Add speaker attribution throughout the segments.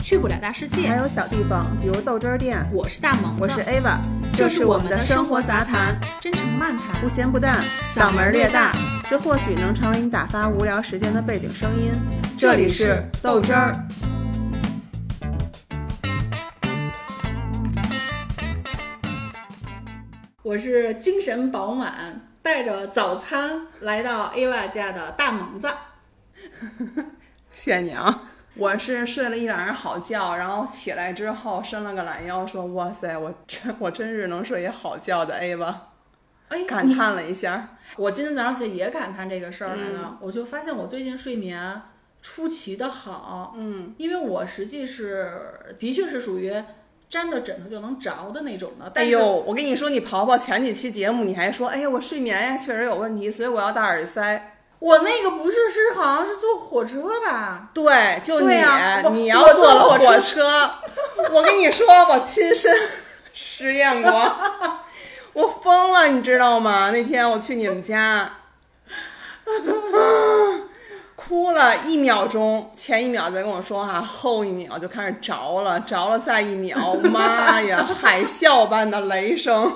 Speaker 1: 去不了大世界
Speaker 2: 还。有小地方，比如豆汁儿店。
Speaker 1: 我是大萌子，
Speaker 2: 我是 Ava，
Speaker 1: 这
Speaker 2: 是
Speaker 1: 是
Speaker 2: 我
Speaker 1: 我
Speaker 2: 们
Speaker 1: 们
Speaker 2: 的
Speaker 1: 的
Speaker 2: 生
Speaker 1: 生
Speaker 2: 活
Speaker 1: 活
Speaker 2: 杂
Speaker 1: 杂谈，
Speaker 2: 谈
Speaker 1: 真诚漫
Speaker 2: 不
Speaker 1: 谈。
Speaker 2: 咸不淡，
Speaker 1: 嗓门
Speaker 2: 儿
Speaker 1: 儿
Speaker 2: 略
Speaker 1: 略
Speaker 2: 大
Speaker 1: 大，
Speaker 2: 这或许能成为你打发无聊时间的背景声音。
Speaker 1: 这里是豆汁儿。我是精神饱满，带着早餐来到 Ava 家的大萌子。
Speaker 2: 谢谢你啊！我是睡了一晚上好觉，然后起来之后伸了个懒腰，说：“哇塞，我真我真是能睡一好觉的 A 吧
Speaker 1: 哎，！”
Speaker 2: 感叹了一下，
Speaker 1: 我今天早上起来也感叹这个事儿来
Speaker 2: 嗯
Speaker 1: 了，我就发现我最近睡眠出奇的好，嗯，因为我实际是的确是属于沾着枕头就能着的那种的，
Speaker 2: 哎
Speaker 1: 但是
Speaker 2: 呦，我跟你说，你刨刨前几期节目，你还说：“哎呀，我睡眠呀确实有问题，所以我要戴耳塞。
Speaker 1: 我那个不是是好像是坐火车吧”？
Speaker 2: 对，就你，
Speaker 1: 对呀我
Speaker 2: 你要
Speaker 1: 我
Speaker 2: 坐
Speaker 1: 坐
Speaker 2: 了
Speaker 1: 火车
Speaker 2: 火车， 我跟你说，我亲身实 验过，我疯了，你知道吗？那天我去你们家，哭了一秒钟，前一秒在跟我说话、后一秒就开始着了，着了再一秒，妈呀，海啸般的雷声，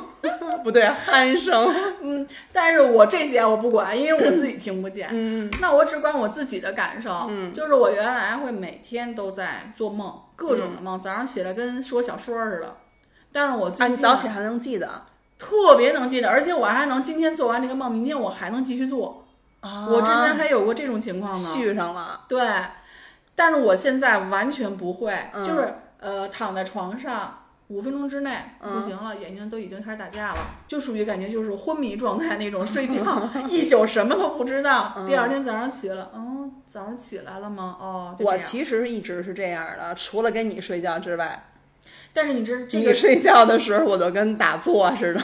Speaker 2: 不对，鼾声。
Speaker 1: 嗯，但是我这些我不管，因为我自己听不见，嗯，那我只管我自己的感受，嗯，就是我原来会每天都在做梦，各
Speaker 2: 嗯
Speaker 1: 种的梦，早上起来跟说小说似的，但是我最
Speaker 2: 啊，
Speaker 1: 近
Speaker 2: 你早起还能记得
Speaker 1: 特别能记得，而且我还能今天做完这个梦，明天我还能继续做。
Speaker 2: 啊
Speaker 1: 我之前还有过这种情况呢。
Speaker 2: 续上了，
Speaker 1: 对，但是我现在完全不会，
Speaker 2: 嗯
Speaker 1: 就是呃，躺在床上五分钟之内
Speaker 2: 嗯
Speaker 1: 不行了，眼睛都已经开始打架了，就属于感觉就是昏迷状态那种，睡 觉
Speaker 2: 嗯
Speaker 1: 一宿什么都不知道，第二天早上起来，嗯，早上起来了吗？哦，就这
Speaker 2: 我
Speaker 1: 样。
Speaker 2: 其实一直是这样的，除了跟你睡觉之外，
Speaker 1: 但是你知这
Speaker 2: 你
Speaker 1: 个
Speaker 2: 睡觉的时候我就跟打坐 似的，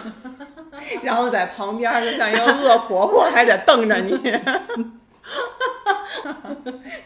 Speaker 2: 然后在旁边就像一个恶婆婆，还得瞪着你，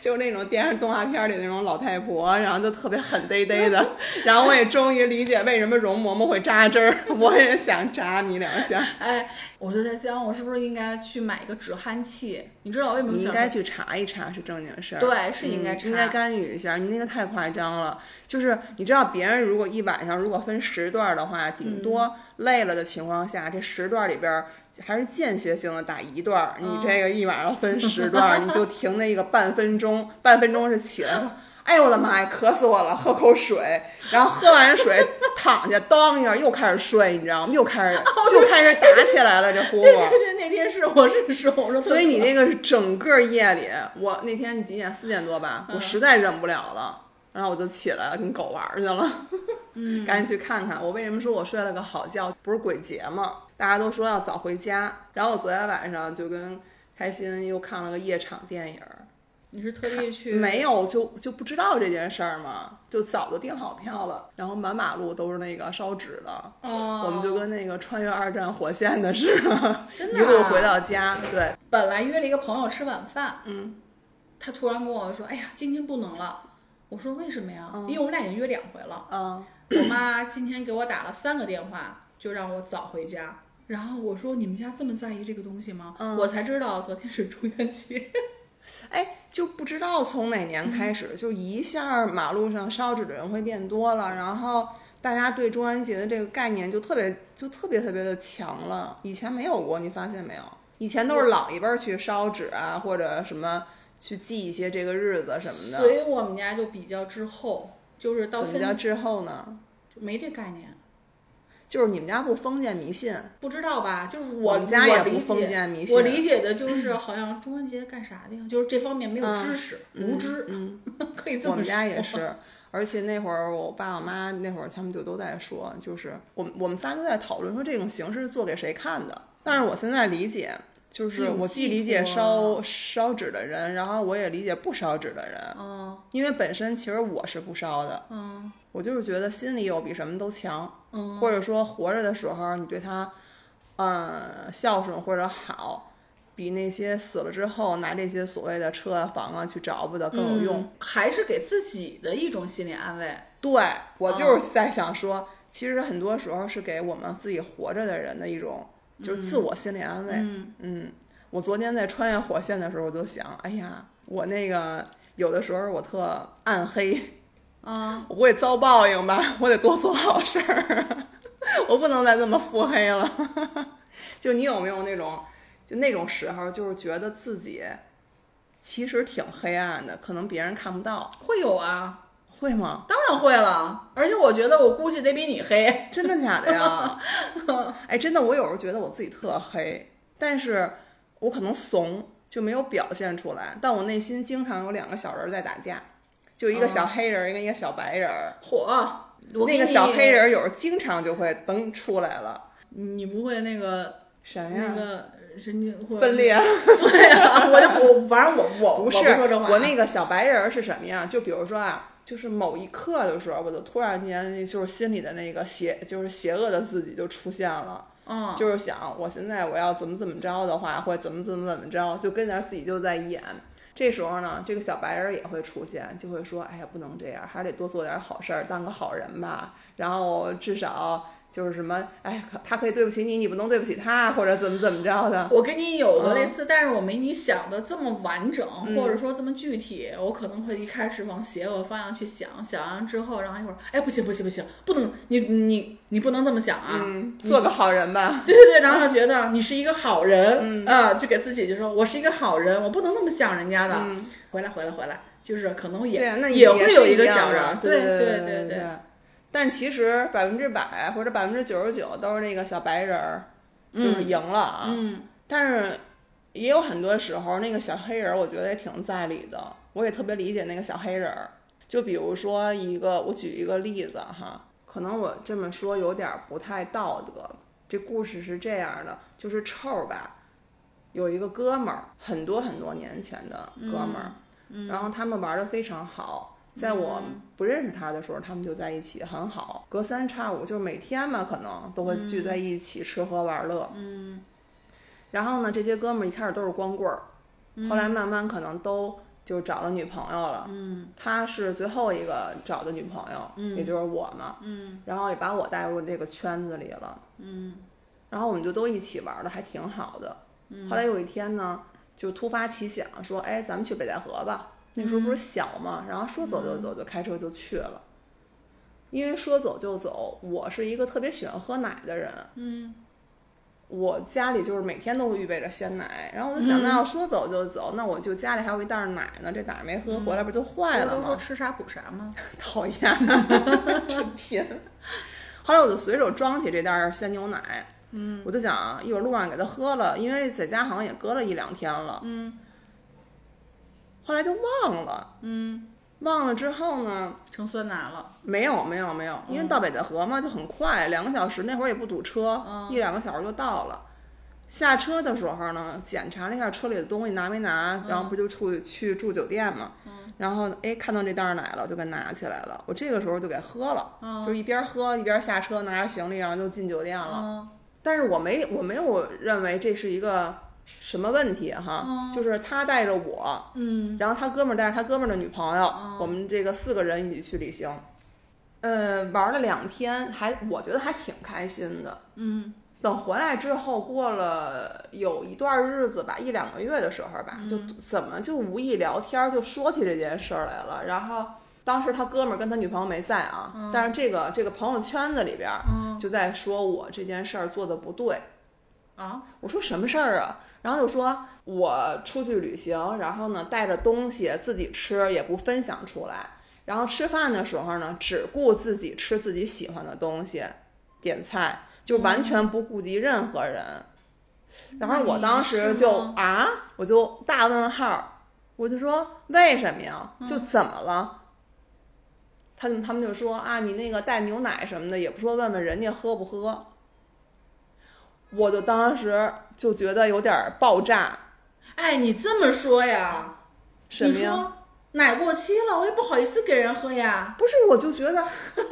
Speaker 2: 就是那种电视动画片里那种老太婆，然后就特别狠嘚嘚 的。然后我也终于理解为什么容嬷嬷会扎针儿，我也想扎你两下。
Speaker 1: 哎，我就在想，我是不是应该去买一个止鼾器？你知道为什么
Speaker 2: 你应
Speaker 1: 想
Speaker 2: 该去查一查，是正经事儿。
Speaker 1: 对是应该
Speaker 2: 嗯
Speaker 1: 查
Speaker 2: 应该干预一下。你那个太夸张了，就是你知道，别人如果一晚上如果分时段的话，顶
Speaker 1: 嗯
Speaker 2: 多累了的情况下，这十段里边儿还是间歇性的打一段儿。你这
Speaker 1: 嗯
Speaker 2: 个一晚上分 十段儿，你就停那个半分钟，半分钟是起来说。哎呦我的妈呀，渴死我了！喝口水，然后喝完水躺下，当一下又开始睡，你知道吗？又 开始就开始打起来了，这呼
Speaker 1: 哦对
Speaker 2: 噜。
Speaker 1: 对对，那天是我是说，我说，
Speaker 2: 所以你这个是整个夜里，我那天你几点？四点多吧，
Speaker 1: 嗯
Speaker 2: 我实在忍不了了，然后我就起来了，跟狗玩儿去了。嗯， 赶紧去看看。我为什么说我睡了个好觉？不是鬼节嘛，大家都说要早回家，然后我昨天晚上就跟开心又看了个夜场电影儿。
Speaker 1: 你是特地去
Speaker 2: 没有就就不知道这件事儿嘛，就早就订好票了，然后满马路都是那个烧纸的，
Speaker 1: 哦，
Speaker 2: 我们就跟那个穿越二战火线的似的，
Speaker 1: 真的
Speaker 2: 一路
Speaker 1: 啊
Speaker 2: 回到家。对，
Speaker 1: 本来约了一个朋友吃晚饭，
Speaker 2: 嗯，
Speaker 1: 他突然跟我说：“哎呀，今天不能了。”我说：“为什么呀？”因为我们俩已经约两回了。
Speaker 2: 嗯。
Speaker 1: 我妈今天给我打了三个电话，就让我早回家。然后我说：“你们家这么在意这个东西吗？”
Speaker 2: 嗯
Speaker 1: 我才知道昨天是 中元节。
Speaker 2: 哎，就不知道从哪年开始，就一下儿马路上烧纸的人会变多了，然后大家对中元节的这个概念就特别就特别特别的强了。以前没有过，你发现没有？以前都是老一辈儿去烧纸啊，或者什么去记一些这个日子什么
Speaker 1: 所
Speaker 2: 的。
Speaker 1: 以我们家就比较滞后，就是到
Speaker 2: 怎么
Speaker 1: 现
Speaker 2: 叫
Speaker 1: 在
Speaker 2: 滞后呢？
Speaker 1: 就没这概念，
Speaker 2: 就是你们家不封建迷信，
Speaker 1: 不知道吧？就是
Speaker 2: 我
Speaker 1: 我
Speaker 2: 们家也
Speaker 1: 我理
Speaker 2: 不
Speaker 1: 解
Speaker 2: 封建迷信。
Speaker 1: 我理解的就是好像中元节干啥的呀？就是这方面没有知识，无知，
Speaker 2: 嗯，
Speaker 1: 可以这么说。
Speaker 2: 我们家也是，而且那会儿我爸我妈那会儿他们就都在说，就是我们我们仨都在讨论说这种形式是做给谁看的。但是我现在理解，就是
Speaker 1: 嗯
Speaker 2: 我既理解烧烧纸的人，然后我也理解不烧纸的人，
Speaker 1: 嗯
Speaker 2: 因为本身其实我是不烧的，
Speaker 1: 嗯
Speaker 2: 我就是觉得心里有比什么都强，
Speaker 1: 嗯，
Speaker 2: 或者说活着的时候你对他，嗯，孝顺或者好。比那些死了之后拿这些所谓的车啊、房啊去找补的更有用，
Speaker 1: 嗯还是给自己的一种心理安慰。
Speaker 2: 对我就是在想说，其实很多时候是给我们自己活着的人的一种就是自我心理安慰。嗯我昨天在穿越火线的时候，我就想，哎呀，我那个有的时候我特暗黑，
Speaker 1: 嗯，
Speaker 2: 我会遭报应吧， 我得多做好事儿， 我不能再这么腹黑了。 就你有没有那种，就那种时候，就是觉得自己其实挺黑暗的，可能别人看不到，
Speaker 1: 会有啊，
Speaker 2: 会吗？
Speaker 1: 当然会了。而且我觉得我估计得比你黑，
Speaker 2: 真的假的呀？哎，真的，我有时候觉得我自己特黑，但是我可能怂，就没有表现出来。但我内心经常有两个小人儿在打架，就一个小黑人儿跟一个小白人儿。
Speaker 1: 火。哦我
Speaker 2: 那
Speaker 1: 给
Speaker 2: 个
Speaker 1: 你
Speaker 2: 小黑，人儿有时候经常就会噔出来了，
Speaker 1: 你不会那个
Speaker 2: 谁
Speaker 1: 那
Speaker 2: 呀？
Speaker 1: 个神经会
Speaker 2: 分？裂？
Speaker 1: 对啊， 我就我反正我我
Speaker 2: 不
Speaker 1: 我
Speaker 2: 是，
Speaker 1: 说这话，
Speaker 2: 我那个小白人儿是什么呀？就比如说啊，就是某一刻的时候，我就突然间就是心里的那个邪，就是邪恶的自己就出现了。
Speaker 1: 嗯
Speaker 2: 就是想我现在我要怎么怎么着的话，或者怎么怎么怎么着，就跟着自己就在演。这时候呢，这个小白人也会出现，就会说：“哎呀，不能这样，还是得多做点好事儿，当个好人吧。然后至少就是什么，哎，可他可以对不起你，你不能对不起他，或者怎么怎么着的。
Speaker 1: 我跟你有个
Speaker 2: 嗯
Speaker 1: 类似，但是我没你想的这么完整，
Speaker 2: 嗯
Speaker 1: 或者说这么具体。我可能会一开始往邪恶方向去想，想完之后，然后一会儿，哎，不行不行不行，不能，你你你不能这么想啊！
Speaker 2: 嗯，做个好人吧。
Speaker 1: 对对对，然后就觉得你是一个好人，
Speaker 2: 嗯
Speaker 1: 啊，就给自己就说我是一个好人，我不能那么想人家的。
Speaker 2: 嗯，
Speaker 1: 回来回来回来，就是可能
Speaker 2: 对
Speaker 1: 也
Speaker 2: 啊，那
Speaker 1: 也会
Speaker 2: 是
Speaker 1: 有一
Speaker 2: 一
Speaker 1: 个
Speaker 2: 样
Speaker 1: 小
Speaker 2: 的
Speaker 1: 人，
Speaker 2: 对
Speaker 1: 对
Speaker 2: 对
Speaker 1: 对
Speaker 2: 对。但其实百分之百或者百分之九十九都是那个小白人儿，就是赢了啊。
Speaker 1: 嗯，
Speaker 2: 但是也有很多时候，那个小黑人儿我觉得也挺在理的，我也特别理解那个小黑人儿。就比如说一个，我举一个例子哈，可能我这么说有点儿不太道德。这故事是这样的，就是臭儿吧，有一个哥们儿，很多很多年前的哥们
Speaker 1: 嗯
Speaker 2: 儿，然后他们玩的非常好，在我不认识他的时候，他们就在一起很好，隔三差五就是每天嘛，可能都会聚在一起吃喝玩乐。然后呢，这些哥们儿一开始都是光棍儿，后来慢慢可能都就找了女朋友了。嗯，他是最后一个找的女朋友，也就是我嘛。嗯，然后也把我带入这个圈子里了。嗯，然后我们就都一起玩的还挺好的。嗯，后来有一天呢，就突发奇想说，哎，咱们去北戴河吧。那时候不是小嘛，然后说走就走，就开车就去了。因为说走就走，我是一个特别喜欢喝奶的人，嗯我家里就是每天都会预备着鲜奶，然后我就想，那要说走就走，那我就家里还有一袋儿奶呢，这奶没喝，回来不就坏了
Speaker 1: 都说
Speaker 2: 吗？
Speaker 1: 吃啥补啥 嘛。
Speaker 2: 讨厌，真贫。 后来我就随手装起这袋儿鲜牛奶，嗯，我就想一会儿路上给它喝了，因为在家好像也搁了一两天了，嗯。后来就忘了，嗯，忘了之后呢，
Speaker 1: 成酸奶了，
Speaker 2: 没有没有没有，因为到北戴河嘛就很快，两个小时那会儿也不堵车，一两个小时就到了。下车的时候呢，检查了一下车里的东西拿没拿，然后不就出去去住酒店嘛。然后哎，看到这袋儿奶了，就给拿起来了。我这个时候就给喝了，就一边喝一边下车拿着行李，然后就进酒店了。但是我没我没有认为这是一个什么问题哈，就是他带着我，
Speaker 1: 嗯，
Speaker 2: 然后他哥们儿带着他哥们儿的女朋友，我们这个四个人一起去旅行，呃，玩了两天，还我觉得还挺开心的，嗯。等回来之后，过了有一段日子吧，一两个月的时候吧，就怎么就无意聊天儿就说起这件事儿来了。然后当时他哥们儿跟他女朋友没在啊，但是这个这个朋友圈子里边儿就在说我这件事儿做的不对，
Speaker 1: 啊，
Speaker 2: 我说什么事儿啊？然后就说我出去旅行，然后呢带着东西自己吃，也不分享出来。然后吃饭的时候呢，只顾自己吃自己喜欢的东西，点菜，就完全不顾及任何人。然后我当时就
Speaker 1: 那你
Speaker 2: 啊，我就大问号，我就说为什么呀？就怎么了？他就他们就说啊，你那个带牛奶什么的，也不说问问人家喝不喝。我就当时就觉得有点儿爆炸，
Speaker 1: 哎，你这么说呀？
Speaker 2: 什么呀？？
Speaker 1: 奶过期了，我也不好意思给人喝呀。
Speaker 2: 不是，我就觉 得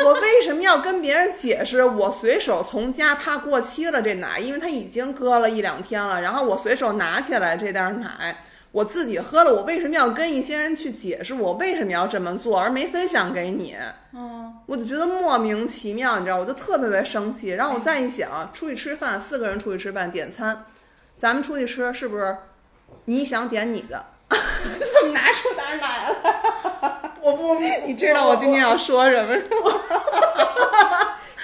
Speaker 2: 我为什么要跟别人解释？我随手从家怕过期了这奶，因为它已经搁了一两天了，然后我随手拿起来这袋儿奶，我自己喝了，我为什么要跟一些人去解释我为什么要这么做，而没分享给你？
Speaker 1: 嗯，
Speaker 2: 我就觉得莫名其妙，你知道，我就特别特别生气。然后我再一想，啊出去吃饭，四个人出去吃饭点餐，咱们出去吃是 不是？你想点你的，怎么拿出点奶了？
Speaker 1: 我不，
Speaker 2: 你知道我今天要说 什么吗？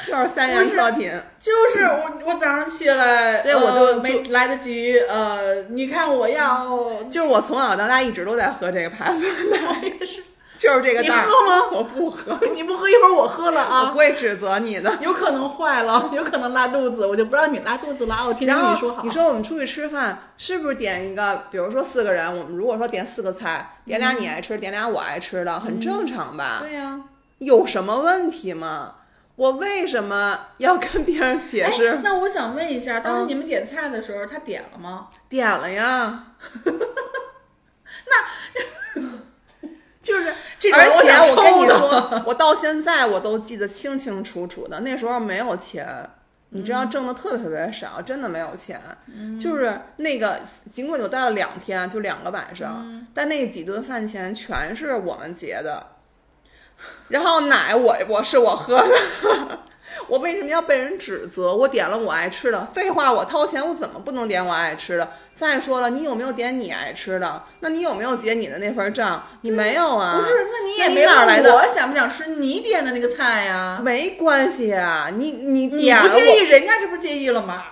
Speaker 2: 就是三言作品，
Speaker 1: 就是我，我早上起来，
Speaker 2: 对
Speaker 1: 呃
Speaker 2: 我就
Speaker 1: 没来得及。呃，你看我要，
Speaker 2: 就是我从小到大一直都在喝这个牌子，
Speaker 1: 我也是，
Speaker 2: 就是这个
Speaker 1: 你
Speaker 2: 袋儿。
Speaker 1: 喝吗？
Speaker 2: 我不喝，
Speaker 1: 你不喝一会儿我喝了
Speaker 2: 我
Speaker 1: 啊
Speaker 2: 不，会指责你的。
Speaker 1: 有可能坏了， 有可能拉肚子，我就不让你拉肚子了啊！我听听
Speaker 2: 然后
Speaker 1: 你说好，
Speaker 2: 你说我们出去吃饭，是不是点一个？比如说四个人，我们如果说点四个菜，点俩你爱吃，点俩我爱
Speaker 1: 嗯
Speaker 2: 吃的，很正常吧？
Speaker 1: 对呀、
Speaker 2: 有什么问题吗？我为什么要跟别人解释？
Speaker 1: 哎那我想问一下，
Speaker 2: 嗯
Speaker 1: 当时你们点菜的时候，他点了吗？
Speaker 2: 点了呀，
Speaker 1: 就是这种，
Speaker 2: 而且
Speaker 1: 想
Speaker 2: 我跟你
Speaker 1: 抽的，
Speaker 2: 说，我到现在我都记得清清楚楚的。那时候没有钱，你知道
Speaker 1: 嗯
Speaker 2: 挣的特别特别少，真的没有钱。就是那个，尽管我待了两天，就两个晚上，
Speaker 1: 嗯
Speaker 2: 但那几顿饭钱全是我们结的。然后奶我我是我喝的， 我为什么要被人指责？我点了我爱吃的，废话，我掏钱，我怎么不能点我爱吃的？再说了，你有没有点你爱吃的？那你有没有结你的那份账？你没有啊？
Speaker 1: 不是，那你也
Speaker 2: 那
Speaker 1: 没
Speaker 2: 哪儿来
Speaker 1: 问
Speaker 2: 的？
Speaker 1: 我想不想吃你点的那个菜呀？
Speaker 2: 没关系啊，你你
Speaker 1: 你
Speaker 2: 点
Speaker 1: 不
Speaker 2: 我
Speaker 1: 介意，人家这不介意了吗？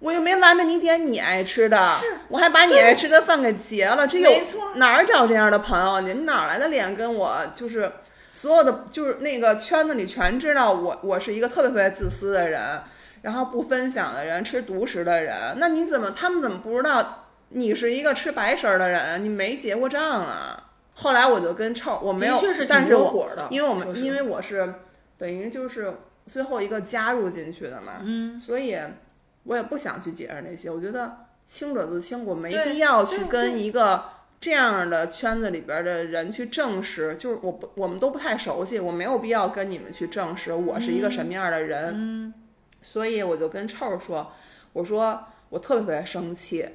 Speaker 2: 我又没拦着你点你爱吃的，
Speaker 1: 是
Speaker 2: 我还把你爱吃的饭给结了，这有
Speaker 1: 没错
Speaker 2: 哪儿找这样的朋友去？你哪儿来的脸跟我就是所有的就是那个圈子里全知道我我是一个特别特别自私的人，然后不分享的人，吃独食的人，那你怎么他们怎么不知道你是一个吃白食儿的人？你没结过 账啊？后来我就跟臭我没有，
Speaker 1: 的确是挺
Speaker 2: 但是
Speaker 1: 窝
Speaker 2: 我
Speaker 1: 火的
Speaker 2: 因为我们
Speaker 1: 就是
Speaker 2: 因为我是等于就是最后一个加入进去的嘛，嗯，所以我也不想去解释那些，我觉得清者自清，我没
Speaker 1: 对
Speaker 2: 必要去
Speaker 1: 对
Speaker 2: 跟一个这样的圈子里边的人去证实，就是我不我们都不太熟悉，我没有必要跟你们去证实我是一个什么样的人，嗯，所以我就跟臭儿说，我说我特别特别生气，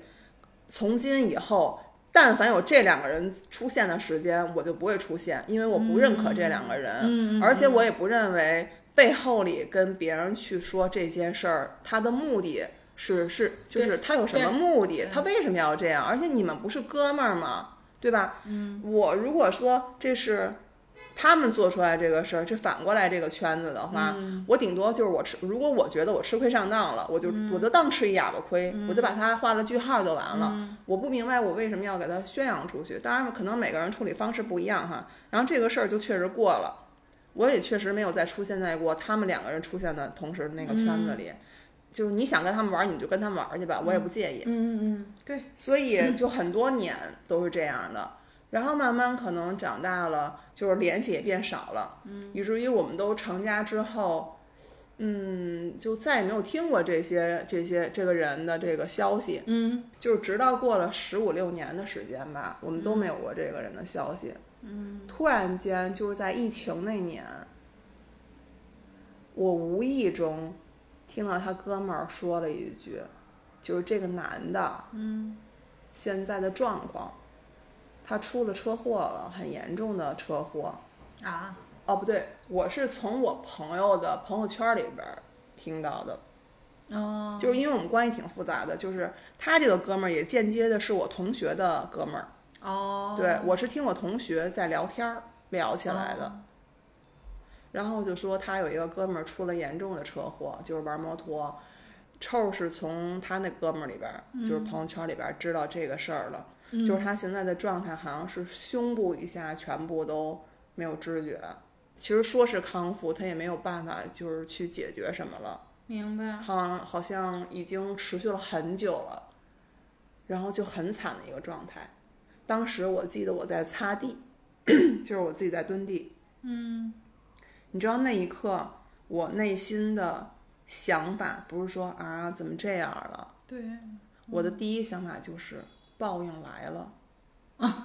Speaker 2: 从今以后。但凡有这两个人出现的时间，我就不会出现，因为我不认可这两个人，而且我也不认为背后里跟别人去说这些事儿，他的目的是是就是他有什么目的，他为什么要这样？而且你们不是哥们儿吗？对吧？嗯，我如果说这是他们做出来这个事儿，这反过来这个圈子的话，我顶多就是我吃，如果我觉得我吃亏上当了，我就、我就当吃一哑巴亏，我就把它画了句号就完了。我不明白我为什么要给它宣扬出去，当然可能每个人处理方式不一样哈。然后这个事儿就确实过了，我也确实没有再出现在过他们两个人出现的同时那个圈子里。就是你想跟他们玩儿，你就跟他们玩儿去吧，我也不介意。
Speaker 1: 嗯嗯，对，
Speaker 2: 所以就很多年都是这样的。然后慢慢可能长大了，就是联系也变少了，嗯，以至于我们都成家之后，嗯，就再也没有听过这些这些这个人的这个消息，
Speaker 1: 嗯，
Speaker 2: 就是直到过了十五六年的时间吧，我们都没有过这个人的消息，嗯，突然间就是在疫情那年，我无意中听到他哥们儿说了一句，就是这个男的，嗯，现在的状况，他出了车祸了，很严重的车祸。
Speaker 1: 啊，
Speaker 2: 哦，不对，我是从我朋友的朋友圈里边儿听到的，
Speaker 1: 哦，
Speaker 2: 就是因为我们关系挺复杂的，就是他这个哥们儿也间接的是我同学的哥们儿，
Speaker 1: 哦，
Speaker 2: 对我是听我同学在聊天儿聊起来的。然后就说他有一个哥们儿出了严重的车祸，就是玩摩托。臭是从他那哥们儿里边儿，就是朋友圈里边儿知道这个事儿了。就是他现在的状态好像是胸部以下全部都没有知觉。其实说是康复，他也没有办法就是去解决什么了，
Speaker 1: 明白。
Speaker 2: 好像好像已经持续了很久了，然后就很惨的一个状态。当时我记得我在擦地， 就是我自己在蹲地，你知道那一刻我内心的想法不是说啊怎么这样了，
Speaker 1: 对，
Speaker 2: 我
Speaker 1: 嗯
Speaker 2: 的第一想法就是报应来了。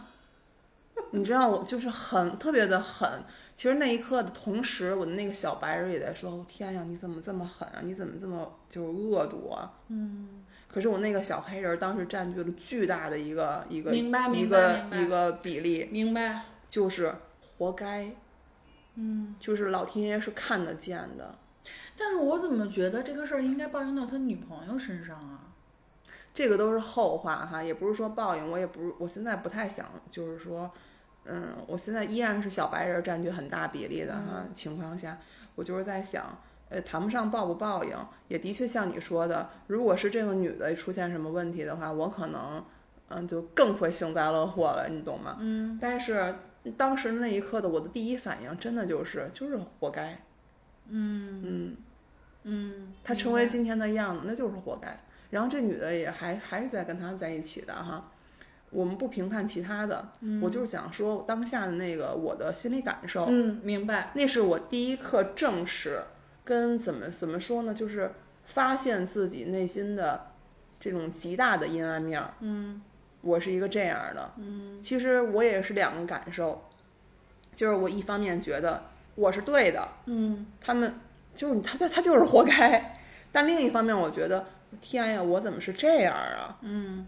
Speaker 2: 你知道我就是很特别的狠，其实那一刻的同时，我的那个小白人也在说：“哦天呀，你怎么这么狠啊？你怎么这么就是恶毒啊？”嗯。可是我那个小黑人当时占据了巨大的一个一个
Speaker 1: 明白
Speaker 2: 一
Speaker 1: 明白
Speaker 2: 个
Speaker 1: 明白
Speaker 2: 一个比例，
Speaker 1: 明白。
Speaker 2: 就是活该。嗯，就是老天爷是看得见的。
Speaker 1: 但是我怎么觉得这个事儿应该抱怨到他女朋友身上啊？
Speaker 2: 这个都是后话哈，也不是说报应，我也不是，我现在不太想，就是说，嗯，我现在依然是小白人占据很大比例的哈、情况下，我就是在想，呃，谈不上报不报应，也的确像你说的，如果是这个女的出现什么问题的话，我可能，嗯，就更会幸灾乐祸了，你懂吗？嗯。但是当时那一刻的我的第一反应，真的就是就是活该。嗯嗯
Speaker 1: 嗯，
Speaker 2: 她成为今天的样子，那就是活该。然后这女的也还还是在跟他在一起的哈。我们不评判其他的，我就是想说当下的那个我的心理感受，
Speaker 1: 嗯，明白。
Speaker 2: 那是我第一课正视跟怎么怎么说呢，就是发现自己内心的这种极大的阴暗面。嗯，我是一个这样的。嗯，其实我也是两个感受，就是我一方面觉得我是对的，
Speaker 1: 嗯
Speaker 2: 他们就是他他他就是活该，但另一方面我觉得天呀，我怎么是这样啊？
Speaker 1: 嗯，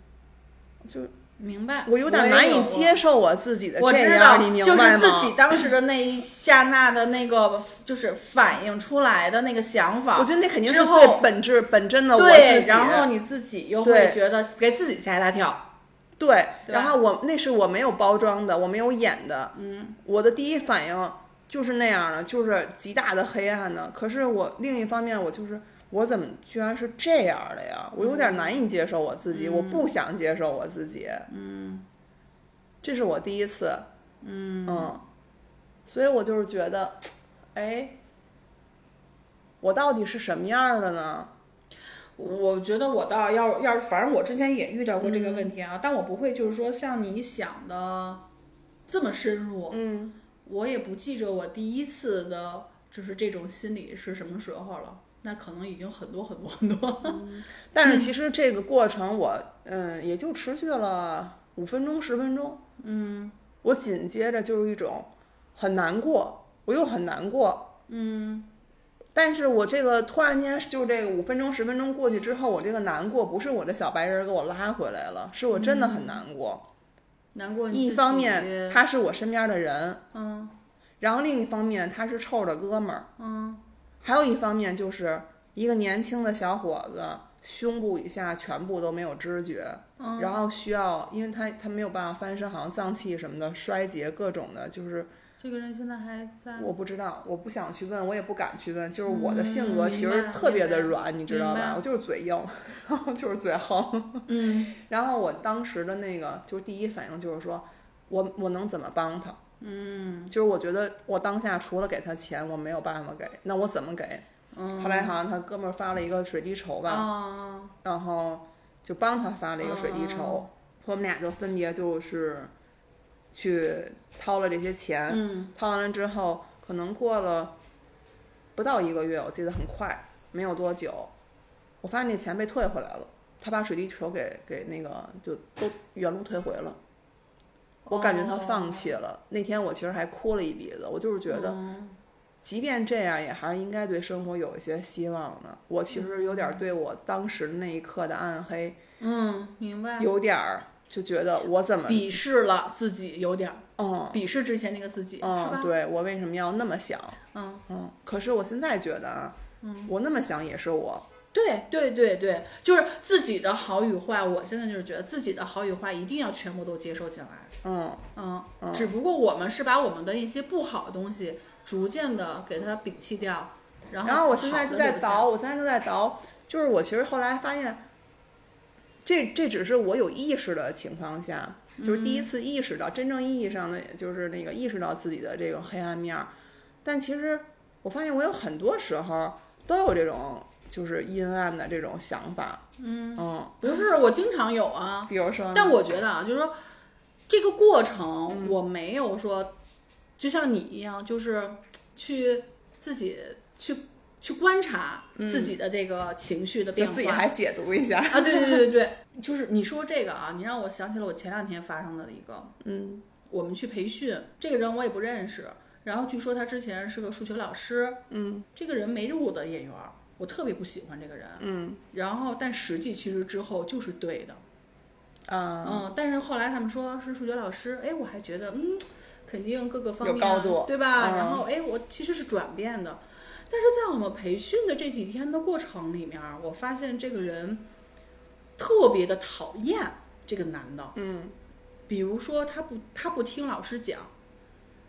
Speaker 2: 就
Speaker 1: 明白。
Speaker 2: 我有点
Speaker 1: 也
Speaker 2: 难以
Speaker 1: 过
Speaker 2: 接受我自己的
Speaker 1: 我
Speaker 2: 这
Speaker 1: 知道，
Speaker 2: 样，你明白吗？
Speaker 1: 就是自己当时的那一刹那的那个，就是反映出来的那个想法。
Speaker 2: 我觉得那肯定
Speaker 1: 之
Speaker 2: 是最
Speaker 1: 后
Speaker 2: 本质本真呃的我自
Speaker 1: 对，
Speaker 2: 己。
Speaker 1: 然后你自己又会
Speaker 2: 对
Speaker 1: 觉得给自己吓一大跳。
Speaker 2: 对，
Speaker 1: 对吧
Speaker 2: 然后我那是我没有包装的，我没有演的，嗯，我的第一反应就是那样的，就是极大的黑暗的。可是我另一方面，我就是我怎么居然是这样的呀？我有点难以接受我自己，我不想接受我自己，嗯，这是我第一次，嗯所以我就是觉得，哎，我到底是什么样的呢？
Speaker 1: 我觉得我倒要要，反正我之前也遇到过这个问题
Speaker 2: 嗯
Speaker 1: 啊，但我不会就是说像你想的这么深入。
Speaker 2: 嗯，
Speaker 1: 我也不记着我第一次的就是这种心理是什么时候了，那可能已经很多很多很多。
Speaker 2: 但是其实这个过程我嗯也就持续了五分钟十分钟，嗯，我紧接着就是一种很难过，我又很难过，嗯，但是我这个突然间就这个五分钟十分钟过去之后，我这个难过不是我的小白人儿给我拉回来了，是我真的很难过。
Speaker 1: 难过你
Speaker 2: 一
Speaker 1: 自
Speaker 2: 方
Speaker 1: 己
Speaker 2: 面他是我身边的人，
Speaker 1: 嗯
Speaker 2: 然后另一方面他是臭着哥们儿，
Speaker 1: 嗯
Speaker 2: 还有一方面就是一个年轻的小伙子，胸部以下全部都没有知觉，
Speaker 1: 嗯
Speaker 2: 然后需要，因为他他没有办法翻身，好像脏器什么的衰竭各种的，就是
Speaker 1: 这个人现在还在
Speaker 2: 我不知道，我不想去问，我也不敢去问，就是我的性格
Speaker 1: 嗯
Speaker 2: 其
Speaker 1: 明
Speaker 2: 实
Speaker 1: 白
Speaker 2: 特别的
Speaker 1: 明白
Speaker 2: 软，你知道
Speaker 1: 明白
Speaker 2: 吧？我就是嘴硬，然后就是嘴横，
Speaker 1: 嗯
Speaker 2: 然后我当时的那个就是第一反应就是说，我我能怎么帮他？
Speaker 1: 嗯
Speaker 2: 就是我觉得我当下除了给他钱，我没有办法给，那我怎么给？
Speaker 1: 嗯，
Speaker 2: 后来好像他哥们儿发了一个水滴筹吧，
Speaker 1: 啊，
Speaker 2: 然后就帮他发了一个水
Speaker 1: 哦
Speaker 2: 滴筹，我们俩就分别就是去掏了这些钱，
Speaker 1: 嗯
Speaker 2: 掏完了之后，可能过了不到一个月，我记得很快，没有多久，我发现那钱被退回来了，他把水滴筹给给那个就都原路退回了。我感觉他放弃了。那天我其实还哭了一鼻子，我就是觉得，即便这样，也还是应该对生活有一些希望的。我其实有点儿对我当时那一刻的暗黑，
Speaker 1: 嗯，明白，
Speaker 2: 有点儿就觉得我怎么，
Speaker 1: 鄙视了自己，有点儿
Speaker 2: 嗯
Speaker 1: 鄙视之前那个自己，是
Speaker 2: 嗯，
Speaker 1: 吧？
Speaker 2: 对我为什么要那么想？
Speaker 1: 嗯，
Speaker 2: 嗯，可是我现在觉得啊，我那么想也是我，
Speaker 1: 对对对对，就是自己的好与坏，我现在就是觉得自己的好与坏一定要全部都接受进来，
Speaker 2: 嗯
Speaker 1: 嗯，只不过我们是把我们的一些不好的东西逐渐的给它摒弃掉，然后
Speaker 2: 然后我现在就在
Speaker 1: 倒，
Speaker 2: 倒，我现在就在倒，就是我其实后来发现，这这只是我有意识的情况下，
Speaker 1: 嗯
Speaker 2: 就是第一次意识到、真正意义上的，就是那个意识到自己的这种黑暗面儿。但其实我发现我有很多时候都有这种就是阴暗的这种想法，嗯
Speaker 1: 不是我经常有啊，
Speaker 2: 比如说，
Speaker 1: 但我觉得啊，就是说这个过
Speaker 2: 嗯
Speaker 1: 程，我没有说，就像你一样，就是去自己去去观察自己的这个情绪的
Speaker 2: 嗯就
Speaker 1: 变化。
Speaker 2: 自己还解读一下，
Speaker 1: 啊，对对对对对，就是你说这个啊，你让我想起了我前两天发生的一个，
Speaker 2: 嗯
Speaker 1: 我们去培训，这个人我也不认识，然后据说他之前是个数学老师，
Speaker 2: 嗯
Speaker 1: 这个人没入我的眼缘儿，我特别不喜欢这个人，
Speaker 2: 嗯
Speaker 1: 然后但实际其实之后就是对的，
Speaker 2: 啊、
Speaker 1: 嗯，但是后来他们说是数学老师，哎，我还觉得嗯，肯定各个方
Speaker 2: 有
Speaker 1: 面啊
Speaker 2: 高度
Speaker 1: 对吧？
Speaker 2: 嗯
Speaker 1: 然后哎，我其实是转变的，但是在我们培训的这几天的过程里面，我发现这个人特别的讨厌这个男的，
Speaker 2: 嗯
Speaker 1: 比如说他不他不听老师讲，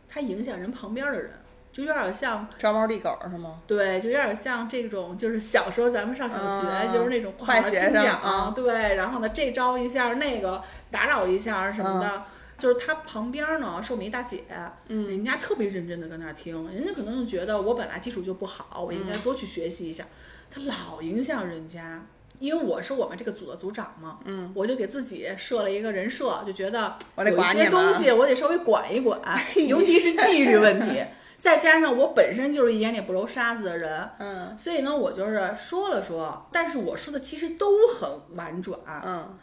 Speaker 1: 他影响人旁边的人，就有点像
Speaker 2: 招猫递狗是吗？
Speaker 1: 对，就有点像这种，就是小时候咱们上小学，
Speaker 2: 啊
Speaker 1: 就是那种
Speaker 2: 坏学生
Speaker 1: 听讲、
Speaker 2: 啊
Speaker 1: 对，然后呢这招一下，那个打扰一下什么的。就是他旁边呢，是我们一大姐，嗯，人家特别认真的跟那儿听，人家可能就觉得我本来基础就不好，我应该多去学习一下，他老影响人家，因为我是我们这个组的组长嘛，嗯，我就给自己设了一个人设，就觉得
Speaker 2: 我得
Speaker 1: 有一
Speaker 2: 管
Speaker 1: 些
Speaker 2: 你哎
Speaker 1: 东
Speaker 2: 们
Speaker 1: 西啊我得稍微管一管，尤其是纪律问题。再加上我本身就是一眼里不揉沙子的人，
Speaker 2: 嗯
Speaker 1: 所以呢，我就是说了说，但是我说的其实都很婉转。
Speaker 2: 嗯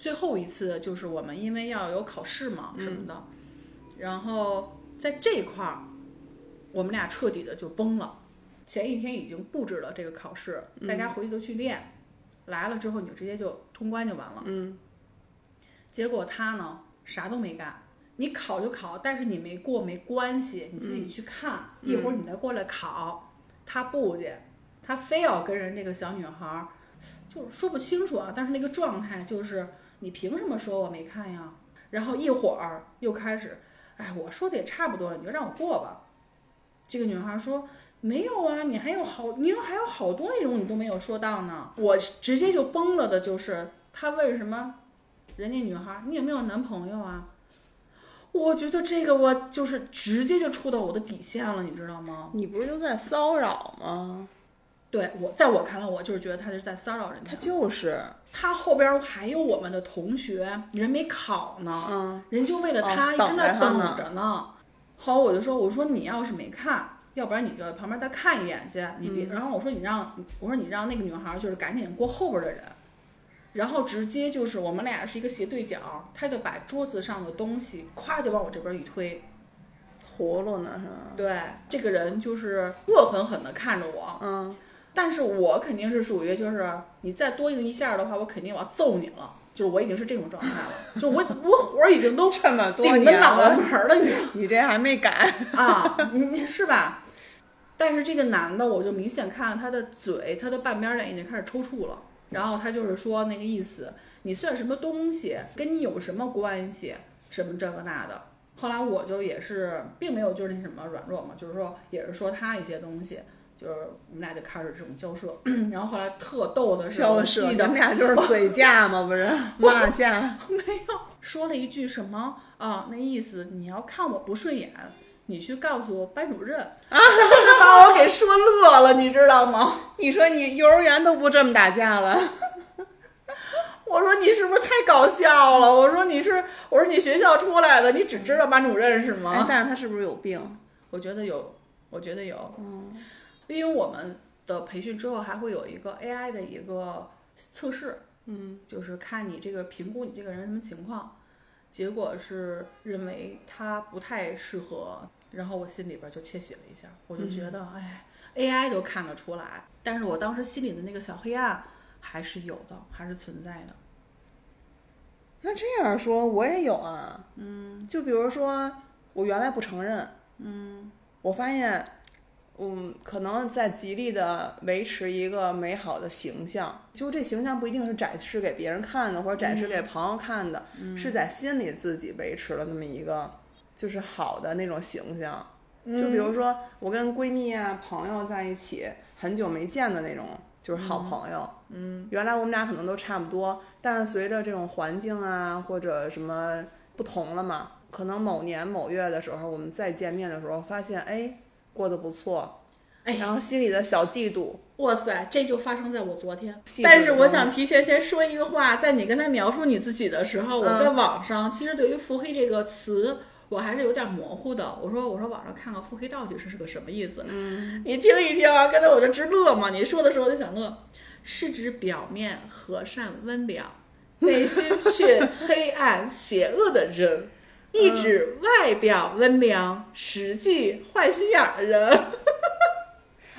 Speaker 1: 最后一次就是我们因为要有考试嘛什么的，然后在这块儿，我们俩彻底的就崩了。前一天已经布置了这个考试，大家回去都去练，来了之后你就直接就通关就完了。
Speaker 2: 嗯
Speaker 1: 结果他呢啥都没干，你考就考，但是你没过没关系，你自己去看，一会儿你再过来考。他不去，他非要跟人这个小女孩儿，就是说不清楚啊，但是那个状态就是你凭什么说我没看呀？然后一会儿又开始，哎，我说的也差不多了，你就让我过吧。这个女孩说。没有啊，你还有好，你还有好多内容你都没有说到呢。我直接就崩了的，就是他问什么人家女孩儿，你有没有男朋友啊？我觉得这个我就是直接就触到我的底线了，你知道吗？
Speaker 2: 你不是就在骚扰吗？
Speaker 1: 对我，在我看来，我就是觉得他是在骚扰人家
Speaker 2: 他。就是，
Speaker 1: 他后边儿还有我们的同学，人没考呢，
Speaker 2: 嗯，
Speaker 1: 人就为了
Speaker 2: 哦
Speaker 1: 他
Speaker 2: 等
Speaker 1: 跟那
Speaker 2: 着他
Speaker 1: 等
Speaker 2: 呢
Speaker 1: 着呢。好，我就说，我说你要是没看，要不然你就旁边再看一眼去，你
Speaker 2: 嗯
Speaker 1: 别。然后我说你让，我说你让那个女孩儿就是赶紧过后边儿的人，然后直接就是我们俩是一个斜对角，他就把桌子上的东西咵就往我这边儿一推，
Speaker 2: 葫芦呢是吧？
Speaker 1: 对，这个人就是恶狠狠地看着我，
Speaker 2: 嗯，
Speaker 1: 但是我肯定是属于就是你再多应一下的话，我肯定我要揍你了，就是我已经是这种状态了，就我 我火已经都
Speaker 2: 这么多
Speaker 1: 顶着
Speaker 2: 年
Speaker 1: 脑袋
Speaker 2: 了，
Speaker 1: 门儿了，你
Speaker 2: 你这还没改？
Speaker 1: 啊，你是吧？但是这个男的，我就明显看到他的嘴，他的半边脸已经开始抽搐了。然后他就是说那个意思，你算什么东西，跟你有什么关系，什么这个那的。后来我就也是，并没有就是那什么软弱嘛，就是说也是说他一些东西，就是我们俩就开始这种交涉。 然后后来特逗的是，我
Speaker 2: 交涉，
Speaker 1: 记
Speaker 2: 你
Speaker 1: 得
Speaker 2: 们俩就是嘴架嘛，不 是骂架？
Speaker 1: 说了一句什么啊？那意思你要看我不顺眼，你去告诉班主任。当时啊把我给说乐了，你知道吗？
Speaker 2: 哦你说你幼儿园都不这么打架了？
Speaker 1: 我说你是不是太搞笑了？我说你是，我说你学校出来的，你只知道班主任是
Speaker 2: 哎，
Speaker 1: 吗？
Speaker 2: 但是他是不是有病？
Speaker 1: 我觉得有，我觉得有，
Speaker 2: 嗯
Speaker 1: 因为我们的培训之后还会有一个 AI 的一个测试，
Speaker 2: 嗯，
Speaker 1: 就是看你这个评估你这个人什么情况，结果是认为他不太适合，然后我心里边就窃喜了一下，我就
Speaker 2: 嗯
Speaker 1: 觉得、哎，AI 都看得出来，但是我当时心里的那个小黑暗还是有的，还是存在的。
Speaker 2: 那这样说我也有啊。嗯，就比如说我原来不承认，嗯，我发现，嗯，可能在极力的维持一个美好的形象，就这形象不一定是展示给别人看的，或者展示给朋友看的，是在心里自己维持了那么一个就是好的那种形象。就比如说我跟闺蜜啊、朋友在一起，很久没见的那种，就是好朋友。嗯，原来我们俩可能都差不多，但是随着这种环境啊或者什么不同了嘛，可能某年某月的时候，我们再见面的时候，发现哎过得不错，
Speaker 1: 哎
Speaker 2: 然后心里的小嫉妒，
Speaker 1: 哇塞，这就发生在我昨天
Speaker 2: 细。嗯致
Speaker 1: 但是我
Speaker 2: 吗
Speaker 1: 想提前先说一个话，在你跟他描述你自己的时候，我
Speaker 2: 嗯
Speaker 1: 在网上其实对于“腹黑”这个词。我还是有点模糊的，我说我说网上看看腹黑到底是是个什么意思？嗯，你听一听啊，刚才我就直乐嘛，你说的时候我就想乐，是指表面和善温良，内心 却黑暗邪恶的人，
Speaker 2: 嗯
Speaker 1: 意指外表温良，实际坏心眼儿的人。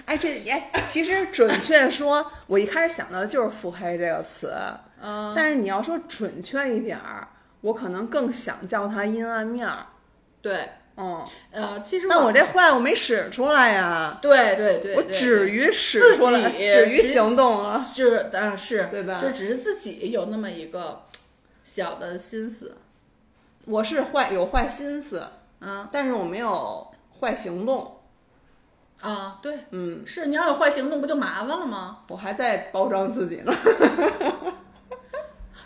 Speaker 2: 哎，这 哎，其实准确说，我一开始想到的就是“腹黑”这个词，
Speaker 1: 嗯，
Speaker 2: 但是你要说准确一点儿，我可能更想叫它阴暗面儿，
Speaker 1: 对，
Speaker 2: 嗯，
Speaker 1: 呃，其实
Speaker 2: 但我
Speaker 1: 网
Speaker 2: 这坏我没使出来呀，
Speaker 1: 对对对，
Speaker 2: 我
Speaker 1: 对
Speaker 2: 止于使
Speaker 1: 自
Speaker 2: 出来，
Speaker 1: 己
Speaker 2: 止于
Speaker 1: 只
Speaker 2: 行动了，
Speaker 1: 就是啊是，
Speaker 2: 对吧
Speaker 1: 就只是自己有那么一个小的心思，
Speaker 2: 我是坏有坏心思，
Speaker 1: 嗯
Speaker 2: 但是我没有坏行动，
Speaker 1: 啊，对，
Speaker 2: 嗯，
Speaker 1: 是你要有坏行动，不就麻烦了吗？
Speaker 2: 我还在包装自己呢。